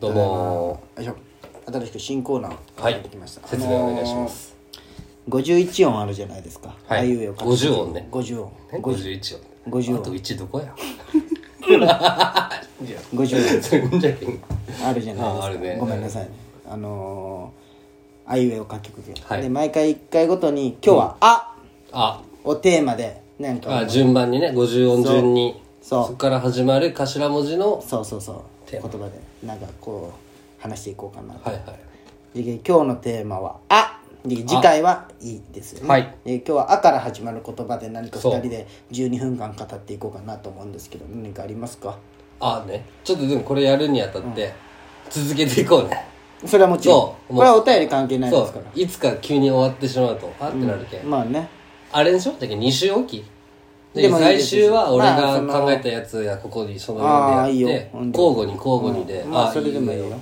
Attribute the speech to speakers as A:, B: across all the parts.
A: どうも
B: よいしょ新しく新コーナー
A: はい
B: やってきました
A: 説明お願いします
B: あのー51音あるじゃないですか
A: はい
B: あいうえを書く
A: 50音ね
B: 50音
A: ね51音
B: 50音
A: あと1どこや いや
B: 50
A: それんじゃけん
B: 音あるじゃないです
A: あ
B: か
A: あるね
B: ごめんなさいねあのーあいうえを書く曲、
A: はい
B: で毎回1回ごとに今日は「あ
A: あ」
B: をテーマでなんか
A: あ順番にね50音順に
B: そうそう
A: こから始まる頭文字の
B: そうそうそう
A: テ
B: 言
A: ーマ
B: 葉でなんかこう話していこうかなと
A: はいはい
B: で今日のテーマは「あ」で次回は「い」ですよね、
A: はい
B: で今日は「あ」から始まる言葉で何か
A: そう
B: 2人で12分間語っていこうかなと思うんですけど何かありますか
A: あねちょっとでもこれやるにあたって続けていこうね
B: それはもちろ
A: そうんもう
B: これはお便り関係ないで
A: そ
B: すから
A: ういつか急に終わってしまうとあってなるけん
B: まあね
A: あれでしょだけど2週おき
B: で
A: で
B: もいいで
A: 来
B: す
A: 週は俺
B: まあそ
A: が
B: の
A: 考えたやつやここにその
B: ああいい
A: よう
B: よ
A: でやって
B: うん
A: 交互に交互にで、
B: まあそれでもいいよ
A: いよ
B: う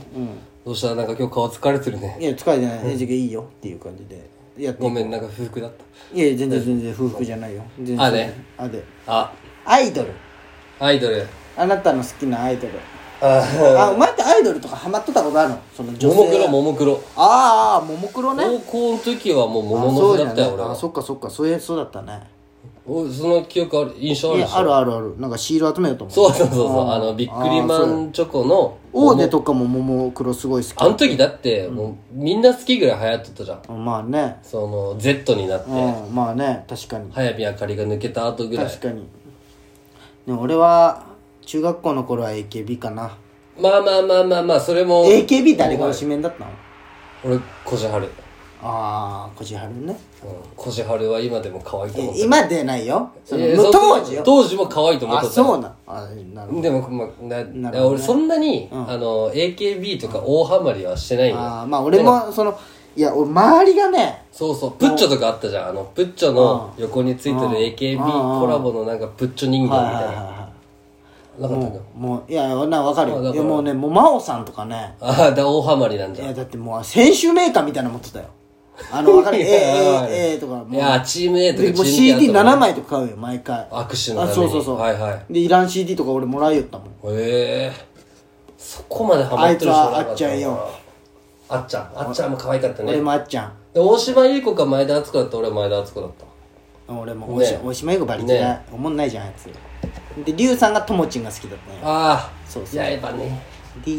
A: どうしたなんか今日顔疲れてる
B: ん
A: ね
B: いや疲れてない「えじゃあいいよ」っていう感じでやって
A: ごめんなんか不服だった
B: いや全然全然夫婦じゃないよ全然
A: あね
B: あで
A: あ
B: アイドル
A: アイドル
B: あなたの好きなアイドル
A: あ
B: あお前ってアイドルとかハマってたことあるのその女
A: ももクロももク
B: 性
A: ロ
B: ああももクロね
A: 高校の時はもうもの
B: そ
A: の
B: う
A: ふ
B: じ
A: だ
B: ゃ
A: っ
B: ね
A: たよ俺
B: あ
A: は
B: そっかそっかそういうそうだったね
A: おその記憶ある印象あ
B: い
A: る
B: や
A: でし
B: あ
A: ょ
B: るあるあるなんかシール集めようと思う
A: そうそうそうそうあのビックリマンチョコの
B: オーデとかもももクロすごい好
A: あの時だってもうみんな好きぐらい流行っとったじゃん
B: きまあね
A: その Z になって
B: うんまあね確かに
A: 早見あかりが抜けた後ぐらい
B: 確かにでも俺は中学校の頃は AKB かな
A: まあまあまあまあまあそれも
B: AKB 誰が推しメンだったの
A: 俺こじはる
B: ああこじはるね
A: こじはるは今でも可愛いと
B: え
A: 思って
B: 今でないよその
A: いや
B: の
A: そ
B: 当時よ
A: 当時も可愛いと思っ
B: あ
A: とった
B: そうなあなるほど
A: でも、まあな
B: なるほどね
A: 俺そんなに、あの AKB とか大ハマりはしてないん
B: あ
A: よ
B: ーまあ俺もそのいや俺周りがね
A: そうそうプッチョとかあったじゃんあのプッチョの横についてる AKB コラボのなんかプッチョ人形み
B: はい
A: た
B: はい
A: い
B: はい
A: ななかったか
B: もういやな分かる
A: あだから
B: よいやもうねもう真央さんとかね
A: ああーだ大ハマりなん
B: い
A: じゃん
B: やだってもう選手メーカーみたいなの持ってたよあの分かる A
A: いや
B: A A とかも
A: いやーチーム A とかチ
B: で
A: ーム
B: もう
A: B あったもん
B: CD7 枚とか買うよ毎回
A: 握手の
B: あ
A: ために
B: そうそうそう
A: はいはい
B: でいらん CD とか俺もらいよったもん
A: へえそこまでハマ
B: あ
A: っ
B: い
A: て
B: つ
A: る人
B: は
A: は
B: あっちゃんよ
A: あっちゃんあっちゃんも可愛かったね
B: 俺
A: で
B: もあっちゃん
A: 大島優子か前田敦子だった俺は前田敦子だった
B: 俺も大
A: ね
B: 島大島優子バリ嫌い
A: ね
B: おもんないじゃんあいつでリュウさんがともちんが好きだったね
A: ああ
B: そうそう
A: やっぱね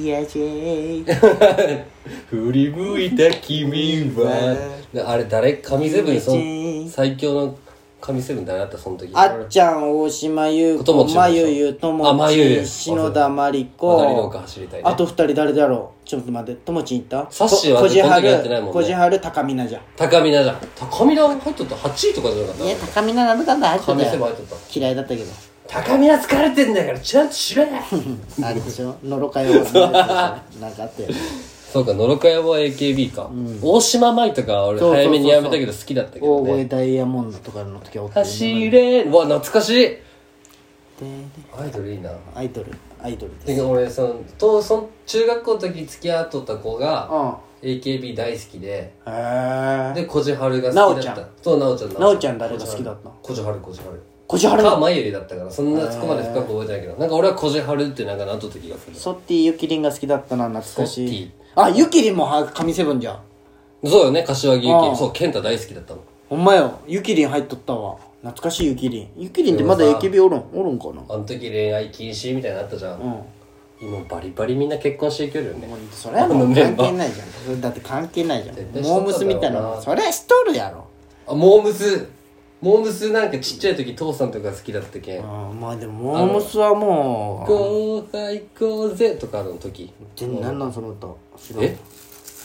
B: DIJ
A: 振り向いた君はであれ誰神セブンそん最強の神セブン誰だったその時
B: あっちゃん大島優
A: とも
B: 子
A: ちんでしょ
B: まゆゆと
A: あ
B: も
A: まゆ
B: ち
A: ゆ
B: ん篠田真理子
A: 渡り廊下走りたいね
B: あと二人誰だろうちょっと待ってともちん行った
A: サッシーは
B: ここじは
A: この時やってないもんね
B: るこじはる高見菜じゃん
A: 高見菜じゃん高見菜入っとった8位とかじゃなかっ
B: いや高見菜なんだかんだ入って
A: 神
B: た
A: セブン
B: よ
A: 入っとっ
B: 嫌いだったけど
A: た高見菜疲れてんだからちゃんとし ろや
B: あれでしょのろかよなんかあったよね
A: そうか野呂佳代は AKB か大島舞とか俺
B: そうそうそう
A: 早めにやめたけど好きだったけど
B: 大
A: ね
B: 声ダイヤモンドとかの時はおったよね
A: 走れうわ懐かしい
B: で
A: アイドルいいな
B: アイドルアイドルです
A: で俺そのとその中学校の時付き合っとった子
B: う
A: が
B: ん
A: AKB 大好きで
B: へえ
A: でこじはるが好きだっ
B: なおちゃ
A: たそうなおちゃん
B: なおちゃん誰が好きだったの
A: こじはるこじはる
B: こじはる
A: かまゆりだったからそんなそこまで深く覚えてないけどなんか俺はこじはるってなんかなっとった気がする
B: ソッティユキリンが好きだったな懐かし
A: ソッ
B: い
A: テ
B: あユキリンもは神セブンじゃん
A: そうよね柏木由
B: ああ
A: 紀そう健太大好きだったの
B: ほんまよユキリン入っとったわ懐かしいユキリンユキリンってまだ
A: でもさ
B: AKB おるんおるんかな
A: あの時恋愛禁止みたいなのあったじゃ
B: うん
A: ん
B: も
A: 今バリバリみんな結婚していけるよね
B: うそれはもう関係ないじゃんそれだって関係ないじゃ
A: 絶
B: ん
A: 対し
B: モ
A: と
B: ー
A: ったんだろうな
B: ムスみたいなのそれはしとるやろ
A: あモームスモームスなんかちっちゃい時父さんとか好きだったけん
B: うんまあでもモームスはもう
A: ゴーファイコーゼとかの時
B: 全然何なんその歌知らん
A: え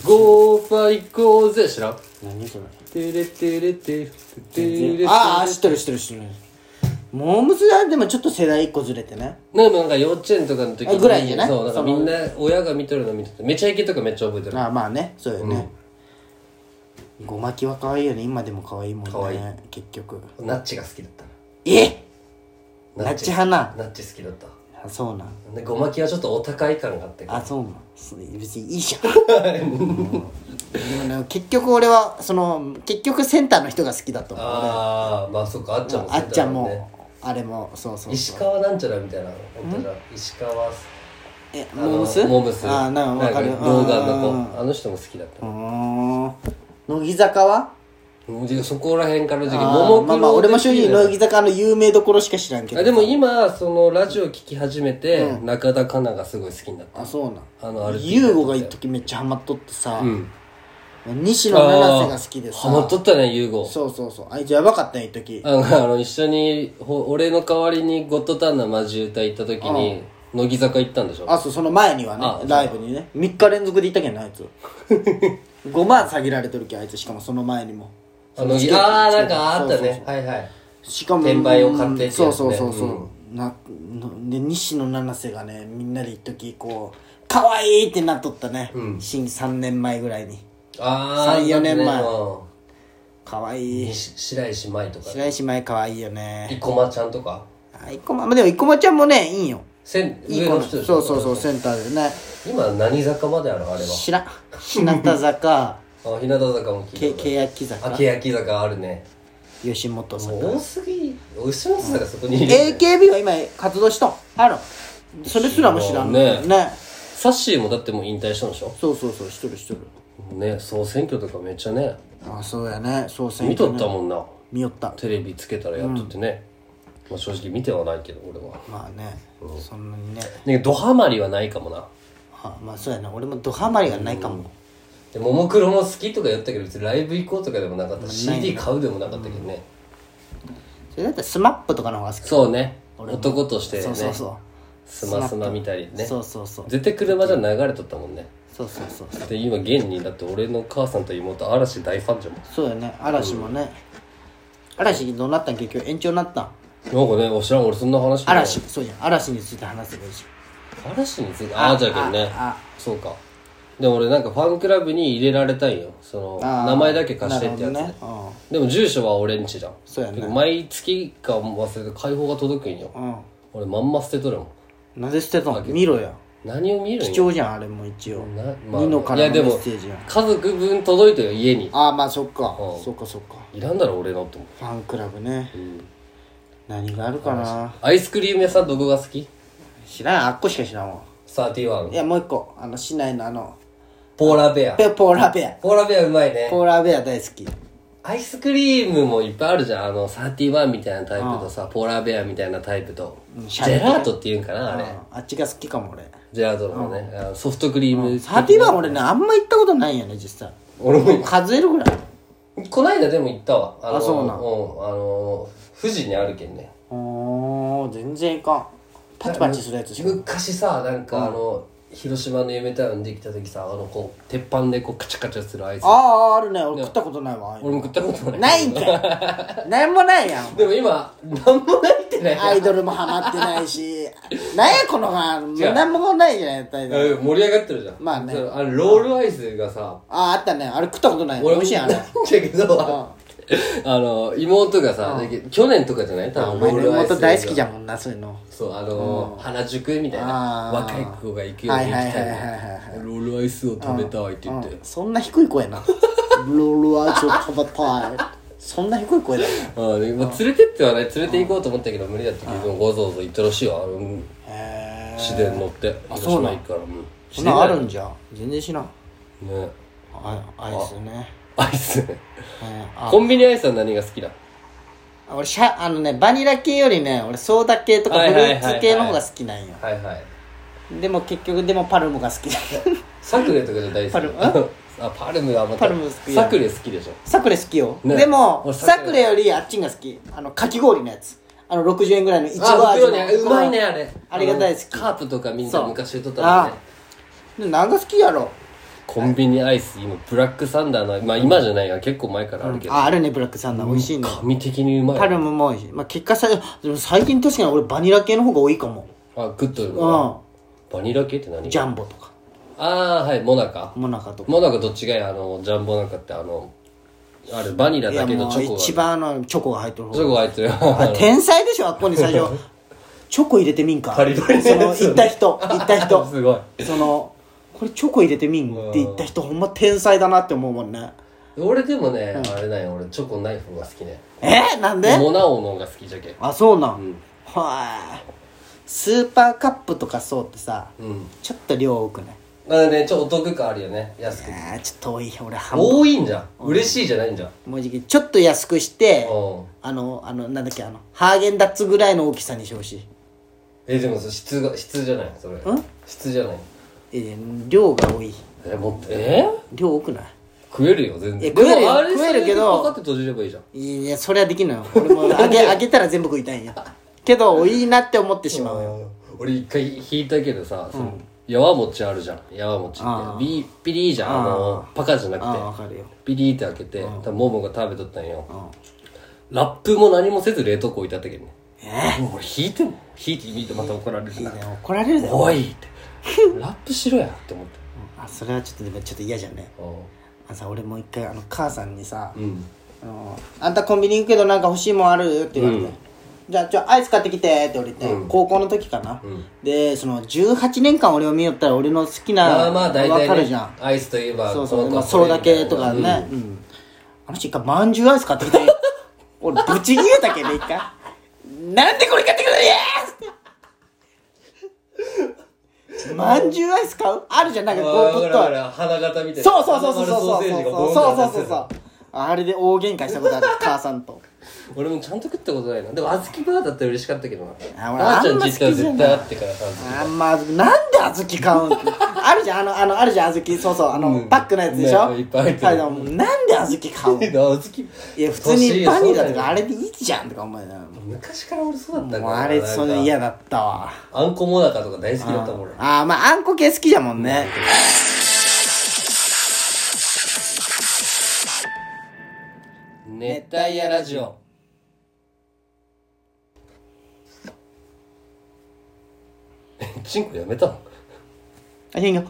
A: ゴーファイコーゼ知らん
B: 何それ
A: テレテレテレテ
B: 全
A: レ
B: 然ああ知ってる知ってる知ってるモームスはでもちょっと世代一個ずれてね
A: なんかなんか幼稚園とかの時に
B: ぐらいじゃない
A: そうなんか
B: そ
A: み
B: の
A: んな親が見とるの見ててめちゃイケとかめっちゃ覚えてる
B: ああまあねそうよね、ごまきは可愛いよね今でも可愛いもんね
A: 可愛い
B: 結局
A: ナッチが好きだった
B: えナッチ派な
A: ナッチ好きだった
B: あそうなん
A: でごまきはちょっとお高い感があって
B: あそうなんす別にいいじゃん うんでもね結局俺はその結局センターの人が好きだと思う
A: ああまあそっかあっちゃんも
B: あっちゃん
A: そうだね
B: もあれもそうそう
A: 石
B: そう
A: 川なんちゃらみたいなのあったじゃん石川
B: え
A: あの
B: モームス
A: モームス
B: ああなんかわかる
A: なん動画
B: う
A: の
B: ん
A: 子あの人も好きだった
B: あー乃木坂は
A: でそこら辺からの時期
B: あ
A: もも
B: ーまあ
A: ク
B: まあ
A: ロ
B: 俺も
A: 的
B: 正直
A: な
B: 乃木坂の有名どころしか知らんけど
A: あでも今そのラジオ聞き始めて、
B: う
A: 中田香菜がすごい好きになった
B: あそうなん
A: あの RP
B: 優吾が一時めっちゃハマっとってさ、
A: うん
B: 西野七瀬が好きでさ
A: ハマっとったね優吾
B: そうそうそうあいつやばかったよ一時
A: あのあの一緒にほ俺の代わりにゴッドタンナーマジ歌行った時に乃木坂行ったんでしょ
B: あそうその前には
A: あそ
B: ね
A: う
B: ライブにね3日連続で行ったけんなあいつ 5万下げられとるけんあいつしかもその前にも
A: あの
B: チケット
A: あーなんかあったね
B: そうそうそ
A: は
B: う
A: いはい
B: しかも
A: 転売を買ってってやつね
B: そうそうそうそう、なので西野七瀬がねみんなで一時こう可愛いってなっとったね、新3年前ぐらいに
A: ああ
B: 3 4年前
A: う
B: 可愛い
A: んし白石麻衣とか
B: 白石麻衣可愛いよね
A: 生駒ちゃんとか
B: あいこままあでもいこまちゃんもねいいんよ
A: せん
B: いい
A: 上
B: 子
A: の
B: な
A: 人
B: そう
A: でしょ
B: そうそうセンターでね
A: 今何坂まであるあれ
B: 知らん日向坂
A: はあ日向坂も聞
B: け
A: いたこ
B: 欅
A: とあ
B: 坂
A: る欅坂あるね
B: 吉本
A: も
B: 坂
A: う多すぎ吉本坂そこにいるよね
B: AKB は今活動しとんあるそれすらも知らん
A: ね
B: ね
A: サッシーもだってもう引退したんでしょ
B: そうそうそうしとるしとる
A: ね総選挙とかめっちゃね
B: あそうやね総選
A: 見
B: 挙
A: と
B: ね
A: ったもんな
B: 見よった
A: テレビつけたらやっとってね、まあ正直見てはないけど俺は
B: まあねそんなにね
A: ねドハマりはないかもな
B: あまあそうやな俺もドハマりがないかも
A: でももクロも好きとか言ったけど別にライブ行こうとかでもなかったし CD 買うでもなかったけどね、
B: それだったらスマップとかの方が好き
A: そうね男としてね
B: そうそうそう
A: スマスマみたいね
B: そうそうそう
A: 絶対車じゃ流れとったもんね
B: そうそうそう
A: で今現にだって俺の母さんと妹嵐大ファンじゃん
B: そうやね嵐もね嵐どうなったん結局延長になったん
A: なんかねお知らん俺そんな話聞いた
B: 嵐そうじゃん嵐について話せばいいじ
A: 嵐についてああじゃけどね
B: あ
A: そうかでも俺なんかファンクラブに入れられたいよそ
B: ゃ
A: の
B: ん
A: 名前だけ貸してってやつで、
B: なるほどね
A: でも住所は俺んちじゃん
B: そうやね
A: けど毎月か忘れて解放が届くんよ
B: うんうん
A: 俺まんま捨てとるもん
B: なぜ捨てたの見ろや
A: 何を見るん
B: 貴
A: よ
B: 重じゃんあれも一応
A: な
B: ニノからの
A: いやで
B: メ
A: も
B: ッセージやん
A: 家族分届いてよ家に
B: ああまあそっか
A: うん
B: そっかそっか
A: いらんだろ俺のと思
B: ファンクラブね
A: う、うん
B: 何があるかな
A: アイスクリーム屋さんどこが好き
B: 知らんあっこしか知らんわい
A: ?31
B: やもう一個あの市内のあの
A: ポーラベア
B: ペポーラベア
A: ポーラベアうまいね
B: ポーラベア大好き
A: アイスクリームもいっぱいあるじゃんあの31みたいなタイプとさポーラベアみたいなタイプと
B: ん
A: ジェラートっていうんかなあ
B: う
A: れ
B: んあっちが好きかも俺
A: ジェラートのねあのソフトクリーム
B: サーティワン俺ねあんま行ったことないんやね実際
A: 俺も
B: 数えるぐらい
A: こないだでも行ったわあの
B: あそうなん
A: んあの富士にあるけんね
B: おー全然いかんパチパチするやつしか
A: 昔さなんかあの、広島の夢タウンできた時さあのこう鉄板でこうカチャカチャするアイス
B: あああるね俺食ったことないわああいうの
A: 俺も食ったことない
B: ないんかい なんもないやん
A: でも今なんもないってね
B: アイドルもハマってないし なんやこのがなんもないじゃんやったり
A: うん盛り上がってるじゃん
B: まあね
A: そのあれロールアイスがさ
B: あああったねあれ食ったことない美
A: 俺も
B: 味しいあれ
A: だけどあの妹がさ去年とかじゃない多
B: お
A: 分
B: 前
A: ロール
B: の
A: アイス
B: 妹大好きじ
A: ゃん
B: ゃもんなそういうの
A: そうあの原宿みたいな
B: あー
A: 若い子が行くように行き
B: はいはいはいはい
A: たいなロールアイスを食べたいって言って
B: そんな低い声なロールアイスを食べたいそんな低い声だよ
A: ああでまあ、連れてってはね連れて行こうと思ったけど無理だったけどわざわざ行ったらしいわあのうん
B: へえ
A: 市電乗って広
B: そ
A: 島
B: うなん
A: 行くからもう
B: そんなんある
A: ね
B: んじゃん全然知らんあアイスね
A: アイスね
B: うんあ
A: コンビニアイスは何が好きだ
B: 俺シャあのねバニラ系よりね俺ソーダ系とか
A: はい
B: フ
A: はい
B: ル
A: はいはい
B: ーツ系の方が好きなんよ
A: はいはい
B: でも結局でもパルムが好き だ
A: サクレとかじゃ大好き
B: パルム
A: あパルムはまた
B: パルム好きや
A: サクレ好きでしょ
B: サクレ好きよ、
A: ね
B: でも
A: 俺
B: サ
A: サ
B: ク
A: クレ
B: レよりあっちんが好きあのかき氷のやつあの60円ぐらいのいちご
A: あ
B: 味
A: 袋
B: の
A: ねうまいねあれ
B: あれが大好き
A: あのカープとかみん
B: そ
A: な
B: う
A: 昔言っとったもんね
B: あで何が好きやろ
A: コンビニアイス今ブラックサンダーのまあ今じゃないが結構前からあるけど
B: ああるねブラックサンダー美味しいね
A: 神的にうま
B: パ
A: い
B: ルムも美味しい、まあ、結果さでも最近確かに俺バニラ系の方が多いかも
A: あグッド
B: う
A: バニラ系って何
B: ジャンボとか
A: ああーはいモナカ
B: もなかとか
A: モナカどっちがいいあのジャンボなんかってあのあれバニラ
B: い
A: だ
B: や
A: けど
B: も
A: チ
B: う
A: ョコが
B: 一
A: チ
B: 番あのチョコが入ってる方
A: ョコが入ってる
B: あ天才でしょあっこに最初チョコ入れてみんか
A: パリパリの
B: その
A: やつ
B: 行った人行った人
A: すごい
B: そのこれチョコ入れてみんって言った人ほんま天才だなって思うもんね
A: 俺でもね、あれなんよ俺チョコない方が好きね
B: えー、なんで
A: モナ王の方が好きじゃけ
B: あそうなん、
A: ん
B: はスーパーカップとかそうってさ、
A: うん
B: ちょっと量多くない
A: まあねちょっとお得感あるよね安くて
B: あーちょっと多い俺半分
A: 多いんじゃん嬉しいじゃないんじゃん
B: もうじきちょっと安くして
A: うん
B: あのあのなんだっけあのハーゲンダッツぐらいの大きさにしてほしい
A: えでもそ質が質じゃないそれ質じゃない
B: えー量が多い
A: えもっとえ
B: 量多くない
A: 食えるよ全然
B: え食えるよ
A: でもあれ
B: 食える
A: それ
B: けど
A: でパカッて閉じればいいじゃん
B: いやそれはできないよ俺も あげあげたら全部食いたいんやけどいいなって思ってしまうよ
A: 俺一回引いたけどさそのやわもちあるじゃんやわもち
B: あ
A: ってビピリーじゃんあのパカじゃな
B: ああわ
A: くて
B: かるよ
A: ピリーって開けて多分モモが食べとったんよ
B: うん
A: ラップも何もせず冷凍庫置いてあったけどね
B: え
A: もう俺引いても引いて引いてまた怒られるしな
B: ー怒られるだろ
A: おいってラップしろやって思って
B: あそれはちょっとでもちょっと嫌じゃんねあさ俺もう一回あの母さんにさ、
A: うん
B: あのあんたコンビニ行くけどなんか欲しいもんある?」って言われて「
A: うん
B: じゃあちょアイス買ってきて」って言われて、
A: うん
B: 高校の時かな、
A: うん
B: でその18年間俺を見よったら俺の好きな
A: まあまあ大体、ね、
B: 分かるじゃん
A: アイスといえば
B: そう
A: こ
B: そ
A: の
B: う、
A: 子
B: ま
A: は
B: あ、それだけとか
A: これみたいな
B: ね、うんあの人一回まんじゅうアイス買ってきて俺ぶち切れたけどね一回なんでこれ買ってくるのやまんじゅうアイス買うあるじゃんなんかこう
A: あー
B: ぶっ
A: ほらほ
B: と
A: ら花形みたいな
B: そうそうそうそうそ
A: 花丸ソー
B: うそう
A: セージがボン
B: そう
A: ってや
B: そう
A: つ
B: そうそうあれで大喧嘩したことある母さんと
A: 俺もちゃんと食ったことないなでも小豆バーだったら嬉しかったけどな
B: あ俺
A: あーちゃん
B: あん
A: ちった
B: ま好
A: ら
B: きじゃ
A: 絶
B: ない
A: 対あってからさ
B: あんまあずきなんで小豆買うんあるじゃんあのあのあるじゃん小豆そうそうあの、
A: うん
B: パックのやつでしょ、
A: ねいっぱい入ってる
B: あれでもなんで小豆買うの
A: 小豆
B: いや普通にバニラとかあ
A: れ
B: れでいいじゃんとか思いながらも
A: 昔から俺そうだったんだ
B: うあれそれ嫌
A: だ
B: だったわ
A: あんこもなかとか大好きだったもん俺
B: ああまああんこ系好きだもんね
A: 熱帯夜ラジオえチンコやめたの
B: あいやいや